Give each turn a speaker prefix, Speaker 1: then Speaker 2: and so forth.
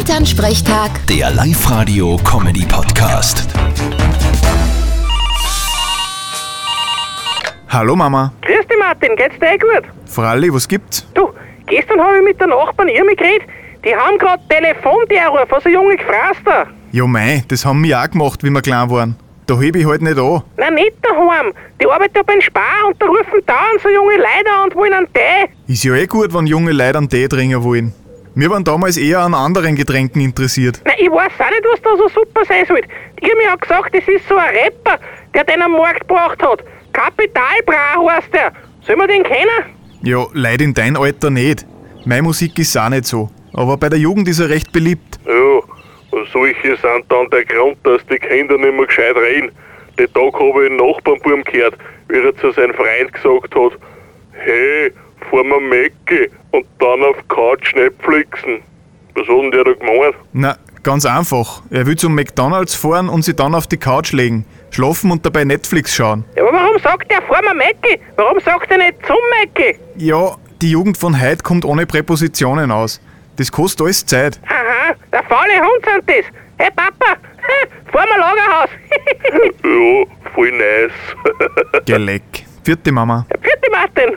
Speaker 1: Elternsprechtag,
Speaker 2: Der Live-Radio-Comedy-Podcast.
Speaker 3: Hallo Mama.
Speaker 4: Grüß dich Martin, geht's dir eh gut?
Speaker 3: Fralli, was gibt's?
Speaker 4: Du, gestern habe ich mit der Nachbarn Irmi geredet. Die haben gerade Telefonterror von so jungen Gefraster.
Speaker 3: Ja mei, das haben wir auch gemacht, wie wir klein waren. Da heb ich halt nicht an.
Speaker 4: Na nicht daheim. Die arbeiten da beim Spar und da rufen dauernd so junge Leute an und wollen einen Tee.
Speaker 3: Ist ja eh gut, wenn junge Leute einen Tee trinken wollen. Wir waren damals eher an anderen Getränken interessiert.
Speaker 4: Na, ich weiß auch nicht, was da so super sein soll. Die Irmi hat gesagt, das ist so ein Rapper, der den am Markt gebracht hat. Kapital Bra heißt der. Sollen wir den kennen?
Speaker 3: Ja, Leute in dein Alter nicht. Meine Musik ist auch nicht so. Aber bei der Jugend ist er recht beliebt.
Speaker 5: Ja, solche sind dann der Grund, dass die Kinder nicht mehr gescheit reden. Den Tag habe ich einen Nachbarnbuben gehört, wie er zu seinem Freund gesagt hat, hey, fahr mal Mecke und dann auf die Couch Netflixen. Was hat denn der da gemeint?
Speaker 3: Na, ganz einfach. Er will zum McDonalds fahren und sie dann auf die Couch legen, schlafen und dabei Netflix schauen.
Speaker 4: Ja, aber warum sagt der vor mir Mäcki? Warum sagt er nicht zum Mäcki?
Speaker 3: Ja, die Jugend von heute kommt ohne Präpositionen aus. Das kostet alles Zeit.
Speaker 4: Aha, der faule Hund sind das. Hey Papa, fahr mal Lagerhaus.
Speaker 5: Ja, voll nice.
Speaker 3: Geleck. Vierte Mama.
Speaker 4: Vierte Martin.